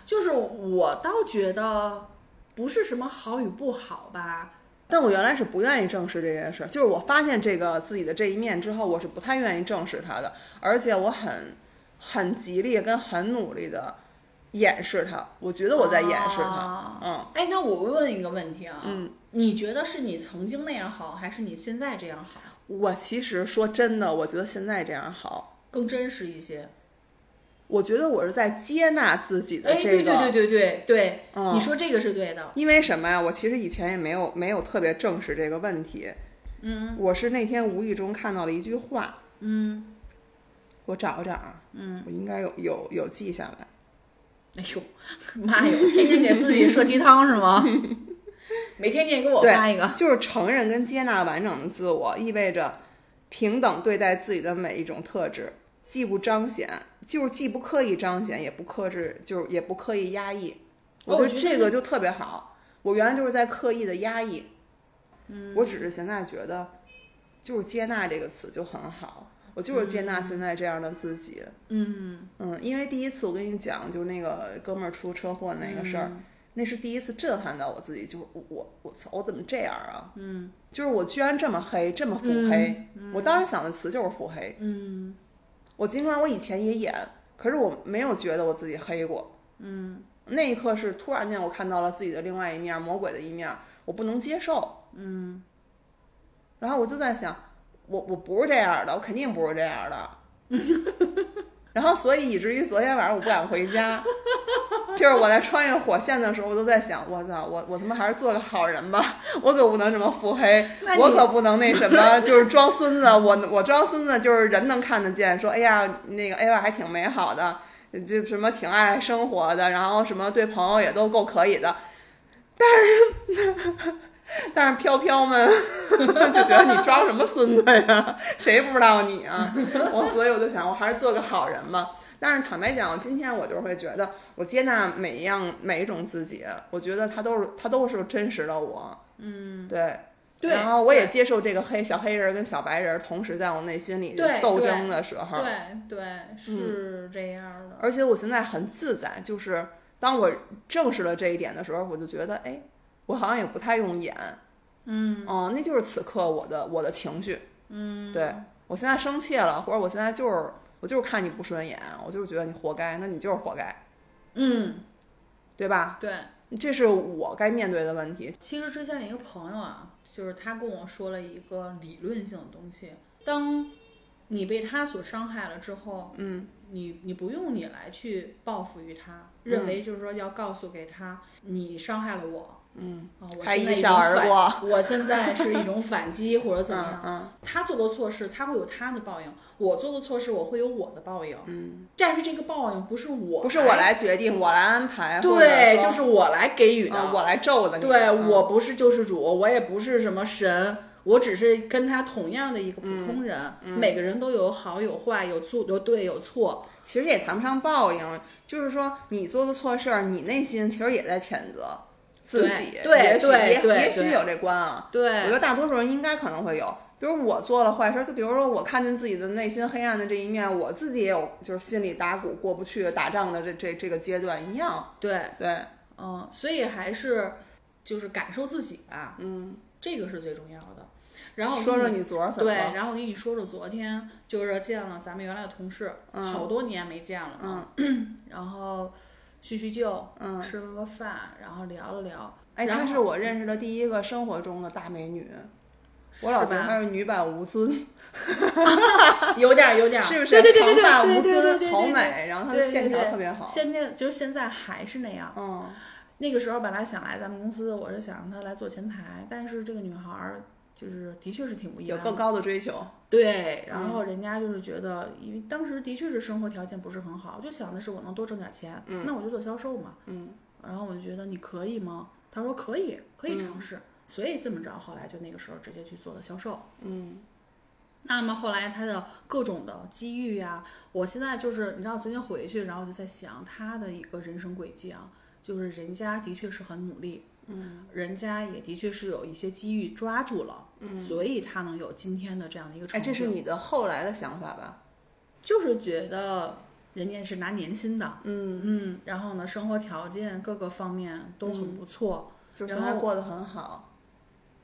Speaker 1: 就是我倒觉得不是什么好与不好吧，
Speaker 2: 但我原来是不愿意正视这件事，就是我发现这个自己的这一面之后，我是不太愿意正视它的，而且我很很极力跟很努力的掩饰它，我觉得我在掩饰它，
Speaker 1: 啊
Speaker 2: 嗯，
Speaker 1: 哎，那我问一个问题啊，
Speaker 2: 嗯，
Speaker 1: 你觉得是你曾经那样好，还是你现在这样好，
Speaker 2: 我其实说真的，我觉得现在这样好，
Speaker 1: 更真实一些？
Speaker 2: 我觉得我是在接纳自己的
Speaker 1: 哎，
Speaker 2: 呃这
Speaker 1: 对对
Speaker 2: 个，
Speaker 1: 对对对对，
Speaker 2: 嗯
Speaker 1: 你说这个是对的，
Speaker 2: 因为什么呀？我其实以前也没有没有特别正视这个问题。嗯，我是那天无意中看到了一句话。
Speaker 1: 嗯
Speaker 2: 我找找啊，
Speaker 1: 嗯，
Speaker 2: 我应该有有有记下来。
Speaker 1: 哎呦，妈哟，天天给自己说鸡汤是吗？每天你也给我
Speaker 2: 对
Speaker 1: 发一个，
Speaker 2: 就是承认跟接纳完整的自我，意味着平等对待自己的每一种特质，既不彰显，就是既不刻意彰显，也不克制，就是也不刻意压抑。
Speaker 1: 哦
Speaker 2: 我觉
Speaker 1: 我
Speaker 2: 得
Speaker 1: 觉得
Speaker 2: 这个就特别好。我原来就是在刻意的压抑，嗯，我只是现在觉得，就是接纳这个词就很好。我就是接纳现在这样的自己，
Speaker 1: 嗯，
Speaker 2: 嗯，因为第一次我跟你讲，就是那个哥们儿出车祸那个事儿，那是第一次震撼到我自己，就是我我我操，我怎么这样啊？嗯，就是我居然这么黑，这么腹黑。我当时想的词就是腹黑。嗯，我尽管我以前也演，可是我没有觉得我自己黑过。嗯，那一刻是突然间我看到了自己的另外一面，魔鬼的一面，我不能接受。嗯，然后我就在想，我我不是这样的，我肯定不是这样的。 然后所以以至于昨天晚上我不敢回家， 就是我在穿越火线的时候，我都在想，我操，我我他妈还是做个好人吧，我可不能这么腹黑
Speaker 1: 那，你
Speaker 2: 我可不能那什么，就是装孙子，我我装孙子就是人能看得见，说哎呀那个哎呀还挺美好的，就什么挺爱生活的，然后什么对朋友也都够可以的，但是 但是飘飘们 就觉得你装什么孙子呀， 谁不知道你啊？我所以我就想，我还是做个好人吧。但是坦白讲，今天我就会觉得，我接纳每一样每一种自己，我觉得他都是他都是真实的我。嗯，对。
Speaker 1: 对
Speaker 2: 然后我也
Speaker 1: 对
Speaker 2: 接受这个黑小黑人跟小白人同时在我内心里
Speaker 1: 对
Speaker 2: 斗
Speaker 1: 对
Speaker 2: 争的时候，
Speaker 1: 对对是这样的，
Speaker 2: 嗯而且我现在很自在，就是当我正视了这一点的时候，我就觉得，哎，我好像也不太用演，嗯，哦、那就是此刻我的我的情绪，嗯，对我现在生气了，或者我现在就是我就是看你不顺眼，我就是觉得你活该，那你就是活该，
Speaker 1: 嗯，
Speaker 2: 对吧？
Speaker 1: 对。
Speaker 2: 这是我该面对的问题。
Speaker 1: 其实之前有一个朋友啊，就是他跟我说了一个理论性的东西：当你被他所伤害了之后，
Speaker 2: 嗯，
Speaker 1: 你你不用你来去报复于他，认为就是说要告诉给他你伤害了我，
Speaker 2: 嗯，
Speaker 1: 啊，我现在
Speaker 2: 还一
Speaker 1: 已经
Speaker 2: 笑而
Speaker 1: 反
Speaker 2: 过。
Speaker 1: 我现在是一种反击或者怎么
Speaker 2: 嗯
Speaker 1: 样。
Speaker 2: 嗯
Speaker 1: 他做的错事，他会有他的报应；我做的错事，我会有我的报应。
Speaker 2: 嗯，
Speaker 1: 但是这个报应不是我，
Speaker 2: 不是我，来决定，我来安排，或者
Speaker 1: 对，
Speaker 2: 说
Speaker 1: 就是我来给予的。
Speaker 2: 啊，我来咒的你。
Speaker 1: 对
Speaker 2: 嗯
Speaker 1: 我不是救世主，我也不是什么神，我只是跟他同样的一个普
Speaker 2: 嗯
Speaker 1: 通人。每个人都有好有坏，有错有对有错。
Speaker 2: 其实也谈不上报应，就是说你做的错事儿，你内心其实也在谴责自己，
Speaker 1: 对对
Speaker 2: 也许
Speaker 1: 对
Speaker 2: 也
Speaker 1: 对
Speaker 2: 也许
Speaker 1: 对
Speaker 2: 有这关啊。我觉
Speaker 1: 对，
Speaker 2: 得大多数人应该可能会有，比如我做了坏事儿，就比如说我看见自己的内心黑暗的这一面，我自己也有就是心里打鼓过不去、打仗的这这这个阶段一样。
Speaker 1: 对，
Speaker 2: 对，
Speaker 1: 嗯，所以还是就是感受自己吧，
Speaker 2: 嗯，
Speaker 1: 这个是最重要的。然后我
Speaker 2: 说
Speaker 1: 跟
Speaker 2: 说
Speaker 1: 你。
Speaker 2: 你昨儿怎么
Speaker 1: 对，
Speaker 2: 了？
Speaker 1: 然后我跟你说说昨天，就是见了咱们原来的同事，
Speaker 2: 嗯
Speaker 1: 好多年没见了嘛，然后叙叙旧，
Speaker 2: 嗯，
Speaker 1: 吃了个饭，然后聊了聊，
Speaker 2: 哎，
Speaker 1: 然
Speaker 2: 她
Speaker 1: 后
Speaker 2: 是我认识的第一个生活中的大美女，我老
Speaker 1: 是
Speaker 2: 觉得
Speaker 1: 吧
Speaker 2: 她是女版吴尊。
Speaker 1: 有点儿有点儿，
Speaker 2: 是不是？
Speaker 1: 对对对对
Speaker 2: 长发
Speaker 1: 对
Speaker 2: 无
Speaker 1: 对对对
Speaker 2: 尊，
Speaker 1: 对，
Speaker 2: 好
Speaker 1: 对
Speaker 2: 美，然后她
Speaker 1: 对
Speaker 2: 的
Speaker 1: 对
Speaker 2: 线条
Speaker 1: 对
Speaker 2: 特别好。
Speaker 1: 现在就是现在还是那样。
Speaker 2: 嗯
Speaker 1: 那个时候本来想来咱们公司，我是想让她来做前台，但是这个女孩儿就是的确是挺不，一
Speaker 2: 有嗯
Speaker 1: 样的。
Speaker 2: 更高的追求。
Speaker 1: 对，然后人家就是觉得，因为当时的确是生活条件不是很好，就想的是我能多挣点钱，
Speaker 2: 嗯
Speaker 1: 那我就做销售嘛。
Speaker 2: 嗯
Speaker 1: 然后我就觉得你可以吗？她说可以，可以
Speaker 2: 嗯
Speaker 1: 尝试。所以这么着，后来就那个时候直接去做了销售。
Speaker 2: 嗯
Speaker 1: 那么后来他的各种的机遇呀、我现在就是你知道，昨天回去，然后我就在想他的一个人生轨迹啊，就是人家的确是很努力，嗯，人家也的确是有一些机遇抓住了，嗯，所以他能有今天的这样的一个
Speaker 2: 哎，
Speaker 1: 成就。
Speaker 2: 这是你的后来的想法吧？
Speaker 1: 就是觉得人家是拿年薪的，
Speaker 2: 嗯，
Speaker 1: 嗯，然后呢，生活条件各个方面都
Speaker 2: 嗯
Speaker 1: 很不错，
Speaker 2: 就是
Speaker 1: 然
Speaker 2: 现在
Speaker 1: 后
Speaker 2: 过得很好，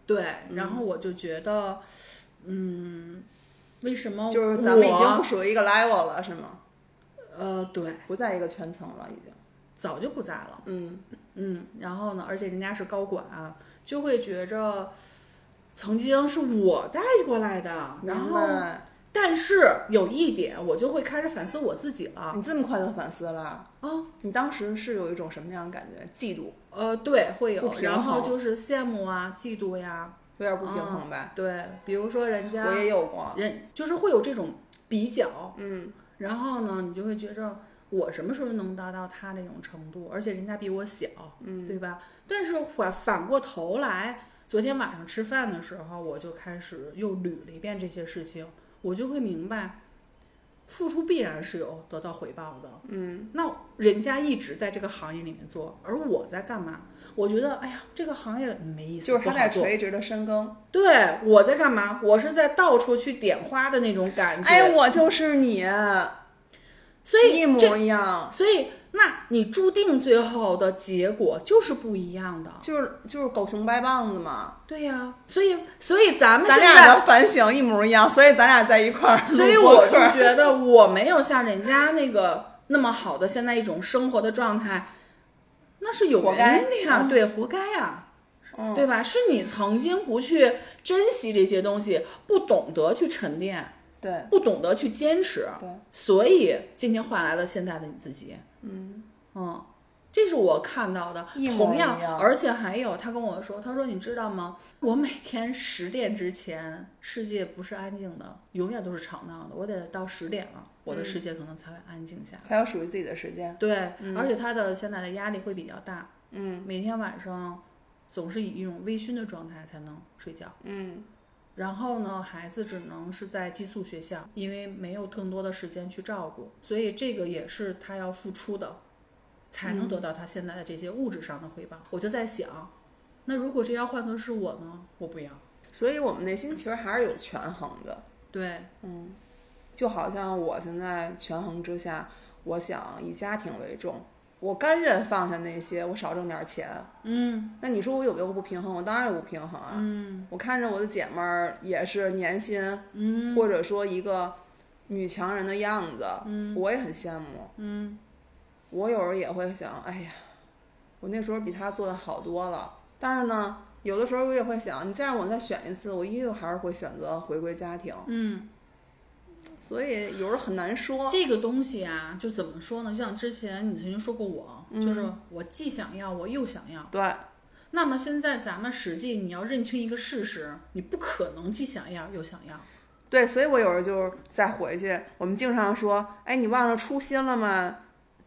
Speaker 1: 对，
Speaker 2: 嗯
Speaker 1: 然后我就觉得，嗯，为什么
Speaker 2: 就是咱们已经
Speaker 1: 我
Speaker 2: 不属于一个 level 了，是吗？
Speaker 1: 呃对，
Speaker 2: 不在一个圈层了，已经。
Speaker 1: 早就不在了，
Speaker 2: 嗯
Speaker 1: 嗯，然后呢，而且人家是高管、啊就会觉着曾经是我带过来的，然
Speaker 2: 明
Speaker 1: 后
Speaker 2: 白。
Speaker 1: 但是有一点，我就会开始反思我自己了
Speaker 2: 你这么快就反思了？
Speaker 1: 啊，
Speaker 2: 你当时是有一种什么样的感觉？嫉妒，
Speaker 1: 呃，对，会
Speaker 2: 不
Speaker 1: 有，
Speaker 2: 平
Speaker 1: 然后
Speaker 2: 衡
Speaker 1: 就是羡慕啊、嫉妒呀，
Speaker 2: 有点不平衡呗。
Speaker 1: 对，比如说人家
Speaker 2: 我也有过。
Speaker 1: 人就是会有这种比较，
Speaker 2: 嗯，
Speaker 1: 然后呢，你就会觉着我什么时候能达到他这种程度，而且人家比我小，嗯，对吧？但是反反过头来，昨天晚上吃饭的时候，我就开始又捋了一遍这些事情，我就会明白，付出必然是有得到回报的，嗯，那人家一直在这个行业里面做，而我在干嘛？我觉得，哎呀，这个行业没意思，
Speaker 2: 就是
Speaker 1: 不
Speaker 2: 他
Speaker 1: 好
Speaker 2: 在
Speaker 1: 做
Speaker 2: 垂直的深耕。
Speaker 1: 对，我在干嘛？我是在到处去点花的那种感觉。
Speaker 2: 哎，我就是你，
Speaker 1: 所以啊
Speaker 2: 一模一样，
Speaker 1: 所以，那你注定最后的结果就是不一样的。
Speaker 2: 就是就是狗熊掰棒子嘛。
Speaker 1: 对呀、所以，所以咱们
Speaker 2: 咱
Speaker 1: 现
Speaker 2: 俩
Speaker 1: 在，
Speaker 2: 的反省一模一样，所以咱俩在一块儿录播客。
Speaker 1: 所以我就觉得我没有像人家那个那么好的现在一种生活的状态，那是有
Speaker 2: 活
Speaker 1: 原
Speaker 2: 该
Speaker 1: 因的呀，对，活该呀、
Speaker 2: 嗯
Speaker 1: 对吧？是你曾经不去珍惜这些东西，不懂得去沉淀，
Speaker 2: 对
Speaker 1: 不懂得去坚持，
Speaker 2: 对，
Speaker 1: 所以今天换来了现在的你自己。嗯这是我看到的。
Speaker 2: 一模
Speaker 1: 同
Speaker 2: 一
Speaker 1: 样，
Speaker 2: 样
Speaker 1: 而且还有他跟我说，他说你知道吗？我每天十点之前，世界不是安静的，永远都是吵闹的。我得到十点了，我的
Speaker 2: 嗯
Speaker 1: 世界可能才会安静下来。
Speaker 2: 才有属于自己的时间。
Speaker 1: 对，而且他的现在的压力会比较大，
Speaker 2: 嗯
Speaker 1: 每天晚上总是以一种微醺的状态才能睡觉。
Speaker 2: 嗯
Speaker 1: 然后呢，孩子只能是在寄宿学校，因为没有更多的时间去照顾，所以这个也是他要付出的，才能
Speaker 2: 嗯
Speaker 1: 得到他现在的这些物质上的回报。我就在想，那如果这要换作是我呢？我不要。
Speaker 2: 所以我们内心其实还是有权衡的。
Speaker 1: 对，
Speaker 2: 嗯，就好像我现在权衡之下，我想以家庭为重，我甘愿放下那些，我少挣点钱。
Speaker 1: 嗯
Speaker 2: 那你说我有没有不平衡？我当然有不平衡啊。
Speaker 1: 嗯
Speaker 2: 我看着我的姐们儿也是年薪，
Speaker 1: 嗯
Speaker 2: 或者说一个女强人的样子，
Speaker 1: 嗯
Speaker 2: 我也很羡慕。
Speaker 1: 嗯
Speaker 2: 我有时候也会想，哎呀，我那时候比她做的好多了。但是呢，有的时候我也会想，你再让我再选一次，我依旧还是会选择回归家庭。
Speaker 1: 嗯，
Speaker 2: 所以有时候很难说。
Speaker 1: 这个东西啊，就怎么说呢？就像之前你曾经说过我，
Speaker 2: 嗯
Speaker 1: 就是我既想要，我又想要。
Speaker 2: 对，
Speaker 1: 那么现在咱们实际你要认清一个事实，你不可能既想要又想要。
Speaker 2: 对，所以我有时候就是再回去，我们经常说，哎，你忘了初心了吗？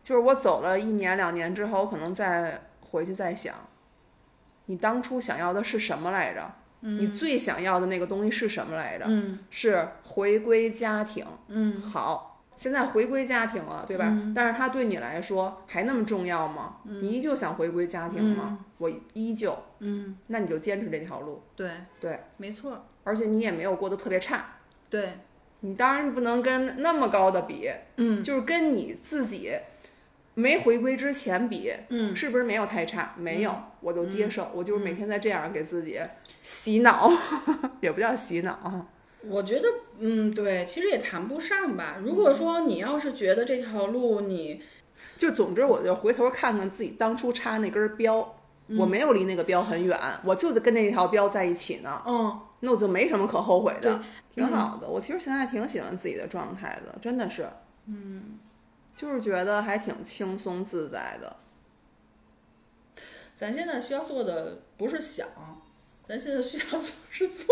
Speaker 2: 就是我走了一年两年之后，我可能再回去再想，你当初想要的是什么来着？你最想要的那个东西是什么来着？
Speaker 1: 嗯
Speaker 2: 是回归家庭。
Speaker 1: 嗯
Speaker 2: 好，现在回归家庭了，对吧？但是它对你来说还那么重要吗？你依旧想回归家庭吗？我依旧，
Speaker 1: 嗯，
Speaker 2: 那你就坚持这条路，
Speaker 1: 对
Speaker 2: 对，
Speaker 1: 没错，
Speaker 2: 而且你也没有过得特别差。
Speaker 1: 对，
Speaker 2: 你当然不能跟那么高的比，
Speaker 1: 嗯
Speaker 2: 就是跟你自己没回归之前比，
Speaker 1: 嗯，
Speaker 2: 是不是没有太差？没有，我就接受，我就是每天在这样给自己洗脑， 也不叫洗脑啊，
Speaker 1: 我觉得，嗯，对，其实也谈不上吧。如
Speaker 2: 嗯
Speaker 1: 果说你要是觉得这条路你，
Speaker 2: 就总之我就回头看看自己当初插那根标。我没有离那个标很远，我就跟这条标在一起呢，
Speaker 1: 嗯，
Speaker 2: 那我就没什么可后悔
Speaker 1: 对
Speaker 2: 的，挺好的。我其实现在挺喜欢自己的状态的，真的是，嗯，就是觉得还挺轻松自在的。
Speaker 1: 咱现在需要做的不是想，咱现在需要做是做。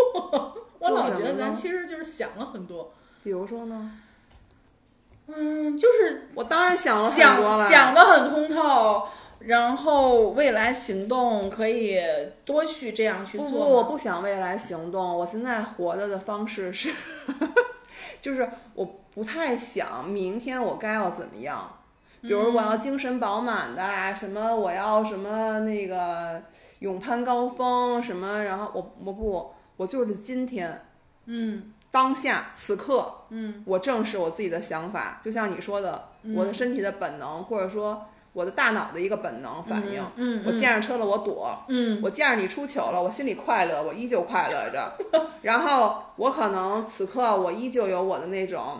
Speaker 1: 我
Speaker 2: 做
Speaker 1: 老
Speaker 2: 什
Speaker 1: 觉得
Speaker 2: 么
Speaker 1: 咱
Speaker 2: 呢
Speaker 1: 其实就是想了很多，
Speaker 2: 比如说呢？
Speaker 1: 嗯，就是
Speaker 2: 我当然想了很多
Speaker 1: 想
Speaker 2: 了，
Speaker 1: 想的很通透，然后未来行动可以多去这样去
Speaker 2: 不
Speaker 1: 做。
Speaker 2: 不，我不想未来行动，我现在活着的方式是， 就是我不太想明天我该要怎么
Speaker 1: 嗯
Speaker 2: 样。比如我要精神饱满的啊，什么我要什么那个勇攀高峰什么，然后我我不我就是今天，嗯，当下此刻，嗯，我正视我自己的想法，就像你说的，我
Speaker 1: 嗯
Speaker 2: 的身体的本能，或者说我的大脑的一个本能反应，
Speaker 1: 嗯
Speaker 2: 我见着车了我躲，
Speaker 1: 嗯，
Speaker 2: 我见着你出糗了，我心里快乐，我依旧快乐着，然后我可能此刻我依旧有我的那种，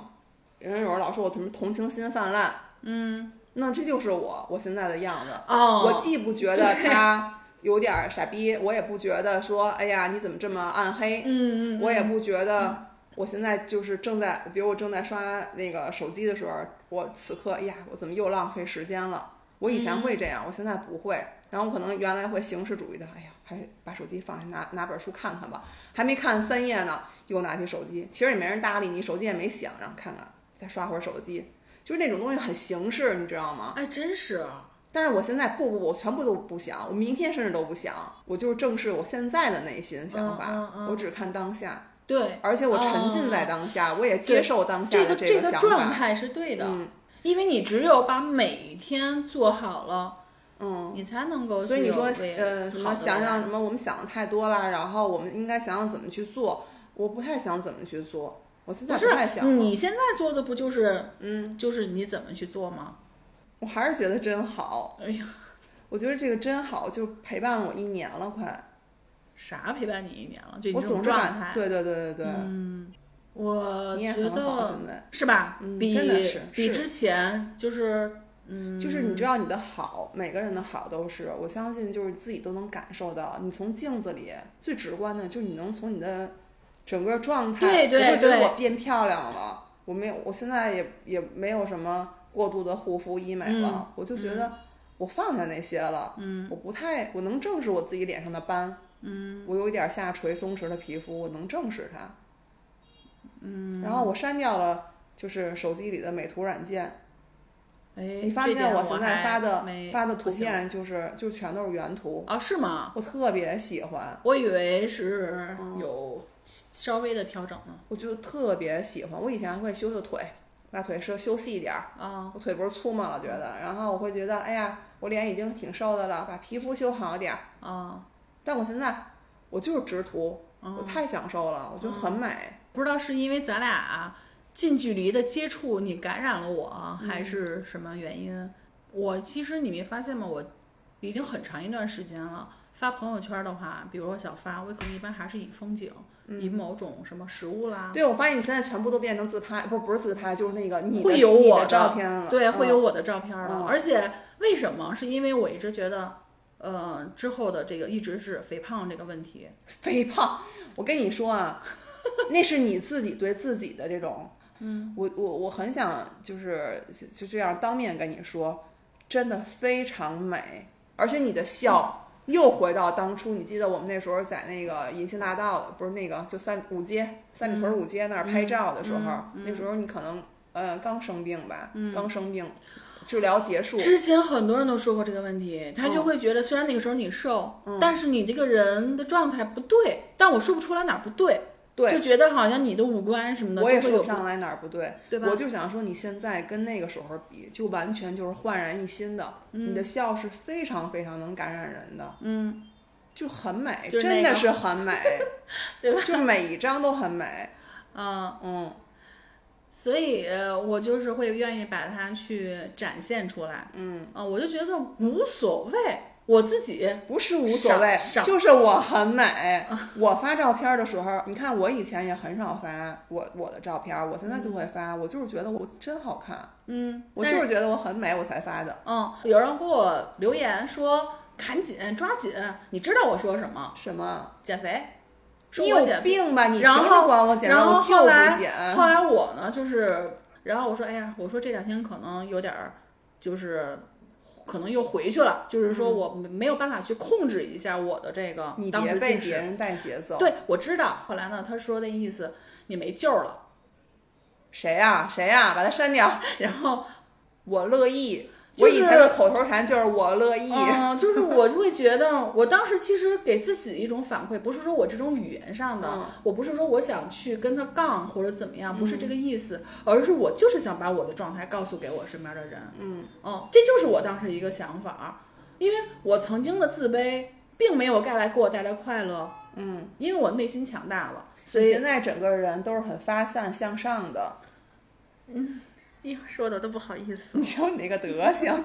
Speaker 2: 人有人老说我什么同情心泛滥，嗯，那这就是我我现在的样子，
Speaker 1: 哦，
Speaker 2: 我既不觉得他有点儿傻逼，我也不觉得说，哎呀，你怎么这么暗黑？
Speaker 1: 嗯嗯，
Speaker 2: 我也不觉得我现在就是正在，比如我正在刷那个手机的时候，我此刻，哎呀，我怎么又浪费时间了？我以前会这
Speaker 1: 嗯
Speaker 2: 样，我现在不会。然后我可能原来会形式主义的，哎呀，还是把手机放下，拿拿本书看看吧。还没看三页呢，又拿起手机，其实也没人搭理你，手机也没响，然后看看，再刷会儿手机，就是那种东西很形式，你知道吗？
Speaker 1: 哎，真是，
Speaker 2: 但是我现在不不不，我全部都不想，我明天甚至都不想，我就是正视我现在的内心想法，
Speaker 1: 嗯嗯嗯
Speaker 2: 我只看当下，
Speaker 1: 对，
Speaker 2: 而且我沉浸在当下，我也接受当下
Speaker 1: 哦这
Speaker 2: 的
Speaker 1: 个
Speaker 2: 这
Speaker 1: 个
Speaker 2: 想
Speaker 1: 状
Speaker 2: 法。
Speaker 1: 态是对的，
Speaker 2: 嗯
Speaker 1: 因为你只有把每一天做好了，
Speaker 2: 嗯，
Speaker 1: 你才能够
Speaker 2: 所以你说
Speaker 1: 具有
Speaker 2: 呃
Speaker 1: 未
Speaker 2: 什
Speaker 1: 好的
Speaker 2: 么想
Speaker 1: 未来
Speaker 2: 想什么，我们想的太多了，然后我们应该想想怎么去做。我不太想怎么去做，我现在
Speaker 1: 不
Speaker 2: 太
Speaker 1: 是
Speaker 2: 想了
Speaker 1: 你现在做的不就是
Speaker 2: 嗯，
Speaker 1: 就是你怎么去做吗？
Speaker 2: 我还是觉得真好，
Speaker 1: 哎呀，
Speaker 2: 我觉得这个真好，就陪伴了我一年了快，
Speaker 1: 啥陪伴你一年了？就你
Speaker 2: 我
Speaker 1: 这种
Speaker 2: 总是
Speaker 1: 状
Speaker 2: 感
Speaker 1: 态，嗯
Speaker 2: 对对对对对，
Speaker 1: 我
Speaker 2: 你也
Speaker 1: 觉
Speaker 2: 很好
Speaker 1: 得
Speaker 2: 现在。
Speaker 1: 是吧？
Speaker 2: 嗯
Speaker 1: 比
Speaker 2: 真的是
Speaker 1: 比
Speaker 2: 是
Speaker 1: 之前就是嗯，
Speaker 2: 就是你知道你的好，每个人的好都是，我相信就是自己都能感受到。你从镜子里最直观的，就是你能从你的整个状态，
Speaker 1: 对对
Speaker 2: 你会觉得
Speaker 1: 对
Speaker 2: 我变漂亮了，我没有，我现在也也没有什么过度的护肤医美了，
Speaker 1: 嗯
Speaker 2: 我就觉得我放下那些了，嗯，我不太，我能正视我自己脸上的斑，嗯，我有一点下垂松弛的皮肤，我能正视它，嗯，然后我删掉了就是手机里的美图软件。
Speaker 1: 哎，
Speaker 2: 你发
Speaker 1: 这
Speaker 2: 现
Speaker 1: 点
Speaker 2: 我
Speaker 1: 我
Speaker 2: 现在发的
Speaker 1: 还没
Speaker 2: 发的
Speaker 1: 不
Speaker 2: 图
Speaker 1: 行
Speaker 2: 片就是就全都是原图，
Speaker 1: 啊？是吗？
Speaker 2: 我特别喜欢，
Speaker 1: 我以为是
Speaker 2: 嗯
Speaker 1: 有稍微的调整呢。
Speaker 2: 我就特别喜欢。我以前会修修腿，把腿稍修细一点儿，
Speaker 1: 啊，
Speaker 2: 我腿不是粗嘛，老觉得，然后我会觉得，哎呀，我脸已经挺瘦的了，把皮肤修好点儿。
Speaker 1: 啊，
Speaker 2: 但我现在我就是直图，
Speaker 1: 嗯
Speaker 2: 我太享受了，我觉得很美。
Speaker 1: 不知道是因为咱俩近距离的接触，你感染了我，啊
Speaker 2: 嗯
Speaker 1: 还是什么原因？我其实你没发现吗？我已经很长一段时间了。发朋友圈的话，比如我想发，我可能一般还是以风景，
Speaker 2: 嗯
Speaker 1: 以某种什么食物啦，
Speaker 2: 对，我发现你现在全部都变成自拍，不不是自拍，就是那个哦你的
Speaker 1: 会有
Speaker 2: 你
Speaker 1: 我
Speaker 2: 的照片了，
Speaker 1: 对，
Speaker 2: 嗯
Speaker 1: 会有我的照片的。
Speaker 2: 嗯
Speaker 1: 而且为什么？是因为我一直觉得，呃，之后的这个一直是肥胖这个问题，
Speaker 2: 肥胖，我跟你说啊，那是你自己对自己的这种，嗯，我我我很想就是就就这样当面跟你说，真的非常美，而且你的笑又回到当初，你记得我们那时候在那个银杏大道的，不是那个就三五街三里屯五街那儿拍照的时候，那时候你可能呃刚生病吧，刚生病，治疗结束，
Speaker 1: 之前很多人都说过这个问
Speaker 2: 嗯
Speaker 1: 题，他就会觉得虽然那个时候你瘦，但是你这个人的状态不对，但我说不出来哪儿不对，
Speaker 2: 对
Speaker 1: 就觉得好像你的五官什么的
Speaker 2: 我也
Speaker 1: 就会
Speaker 2: 说
Speaker 1: 有
Speaker 2: 不上来哪儿不对，
Speaker 1: 对吧
Speaker 2: 我就想说，你现在跟那个时候比，就完全就是焕然一新的。你
Speaker 1: 嗯
Speaker 2: 的笑是非常非常能感染人的，嗯，就很美，
Speaker 1: 就是那
Speaker 2: 真
Speaker 1: 个
Speaker 2: 的是很美，
Speaker 1: 对
Speaker 2: 吧？就每一张都很美，
Speaker 1: 啊、
Speaker 2: 嗯
Speaker 1: 所以呃我就是会愿意把它去展现出来，
Speaker 2: 嗯，
Speaker 1: 啊、我就觉得无所谓，我自己
Speaker 2: 不是无所谓
Speaker 1: 少少，
Speaker 2: 就是我很美。我发照片的时候，你看我以前也很少发我我的照片，我现在就会发，我就是觉得我真好看，
Speaker 1: 嗯，
Speaker 2: 我
Speaker 1: 但
Speaker 2: 就是觉得我很美，我才发的。
Speaker 1: 嗯，有人给我留言说赶紧抓紧，你知道我说什么？
Speaker 2: 什么？
Speaker 1: 减肥，说
Speaker 2: 你
Speaker 1: 我
Speaker 2: 有
Speaker 1: 减肥。
Speaker 2: 病吧？你
Speaker 1: 然
Speaker 2: 凭什
Speaker 1: 后
Speaker 2: 么管我减肥，
Speaker 1: 然后
Speaker 2: 哦我就
Speaker 1: 后来啊
Speaker 2: 不减。
Speaker 1: 后来我呢，就是，然后我说，哎呀，我说这两天可能有点儿，就是可能又回去了，就是说我没有办法去控制一下我的这个
Speaker 2: 嗯你
Speaker 1: 当
Speaker 2: 别
Speaker 1: 时
Speaker 2: 被
Speaker 1: 进
Speaker 2: 别
Speaker 1: 食。
Speaker 2: 人带节奏。
Speaker 1: 对，我知道。后来呢，他说的意思你没救了，
Speaker 2: 谁呀、谁呀、把它删掉。
Speaker 1: 然后
Speaker 2: 我乐意。
Speaker 1: 就
Speaker 2: 我
Speaker 1: 是
Speaker 2: 以前的口头禅就是我乐意。
Speaker 1: 嗯，就是我就会觉得，我当时其实给自己一种反馈，不是说我这种语言上的，
Speaker 2: 嗯
Speaker 1: 我不是说我想去跟他杠或者怎么样，不是这个意思，而是我就是想把我的状态告诉给我身边的嗯人，嗯，哦、这就是我当时一个想法儿，因为我曾经的自卑。并没有带来给我带来快乐，
Speaker 2: 嗯，
Speaker 1: 因为我内心强大了，所
Speaker 2: 所以
Speaker 1: 以
Speaker 2: 现在整个人都是很发散向上的。
Speaker 1: 哎呀，说的都不好意思
Speaker 2: 你。瞧你那个德行，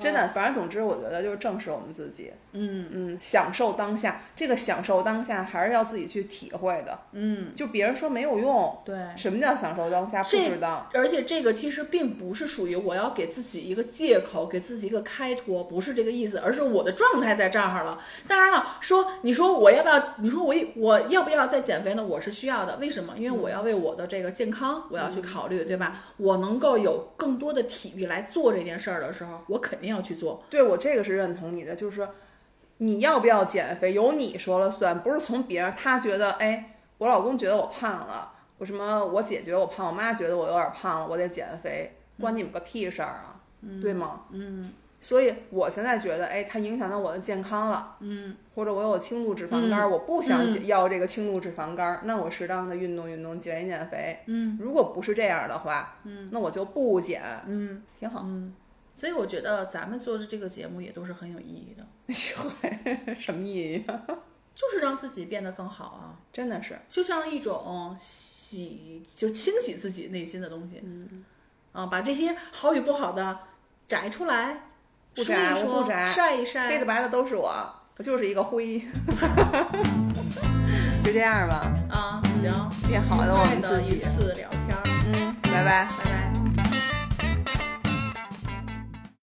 Speaker 2: 真的，反正总之，我觉得就是正视我们自己，
Speaker 1: 嗯
Speaker 2: 嗯，享受当下。这个享受当下还是要自己去体会的，
Speaker 1: 嗯，
Speaker 2: 就别人说没有用。
Speaker 1: 对。
Speaker 2: 什么叫享受当下？不
Speaker 1: 这
Speaker 2: 知道。
Speaker 1: 而且这个其实并不是属于我要给自己一个借口，给自己一个开脱，不是这个意思，而是我的状态在这儿了。当然了，说你说我要不要？你说我我要不要再减肥呢？我是需要的，为什么？因为我要为我的这个健康，我要去考虑，对吧？我能够有更多的体力来做这件事儿的时候，我肯定要去做。
Speaker 2: 对我这个是认同你的，就是说你要不要减肥，由你说了算，不是从别人。他觉得，哎，我老公觉得我胖了，我什么我姐觉得我胖，我妈觉得我有点胖了，我得减肥，关你们个屁事儿啊，对吗？嗯。所以我现在觉得，哎，它影响到我的健康了，嗯，或者我有轻度脂肪肝，我不想解要这个轻度脂肪肝，那我适当的运动运动，减一减肥，嗯，如果不是这样的话，嗯，那我就不减，嗯，挺好。
Speaker 1: 所以我觉得咱们做的这个节目也都是很有意义的，
Speaker 2: 什么意义？
Speaker 1: 就是让自己变得更好啊。
Speaker 2: 真的是。
Speaker 1: 就像一种洗，就清洗自己内心的东西。嗯，啊，把这些好与不好的摘出来，
Speaker 2: 不
Speaker 1: 说
Speaker 2: 摘
Speaker 1: 一
Speaker 2: 我
Speaker 1: 说，
Speaker 2: 不摘
Speaker 1: 晒一
Speaker 2: 黑
Speaker 1: 晒
Speaker 2: 的。白的都是我，我就是一个灰。 就这样吧，
Speaker 1: 啊，行，
Speaker 2: 变好的我
Speaker 1: 爱
Speaker 2: 们自
Speaker 1: 的一
Speaker 2: 己。
Speaker 1: 次聊天儿，
Speaker 2: 嗯，拜拜。
Speaker 1: 拜拜。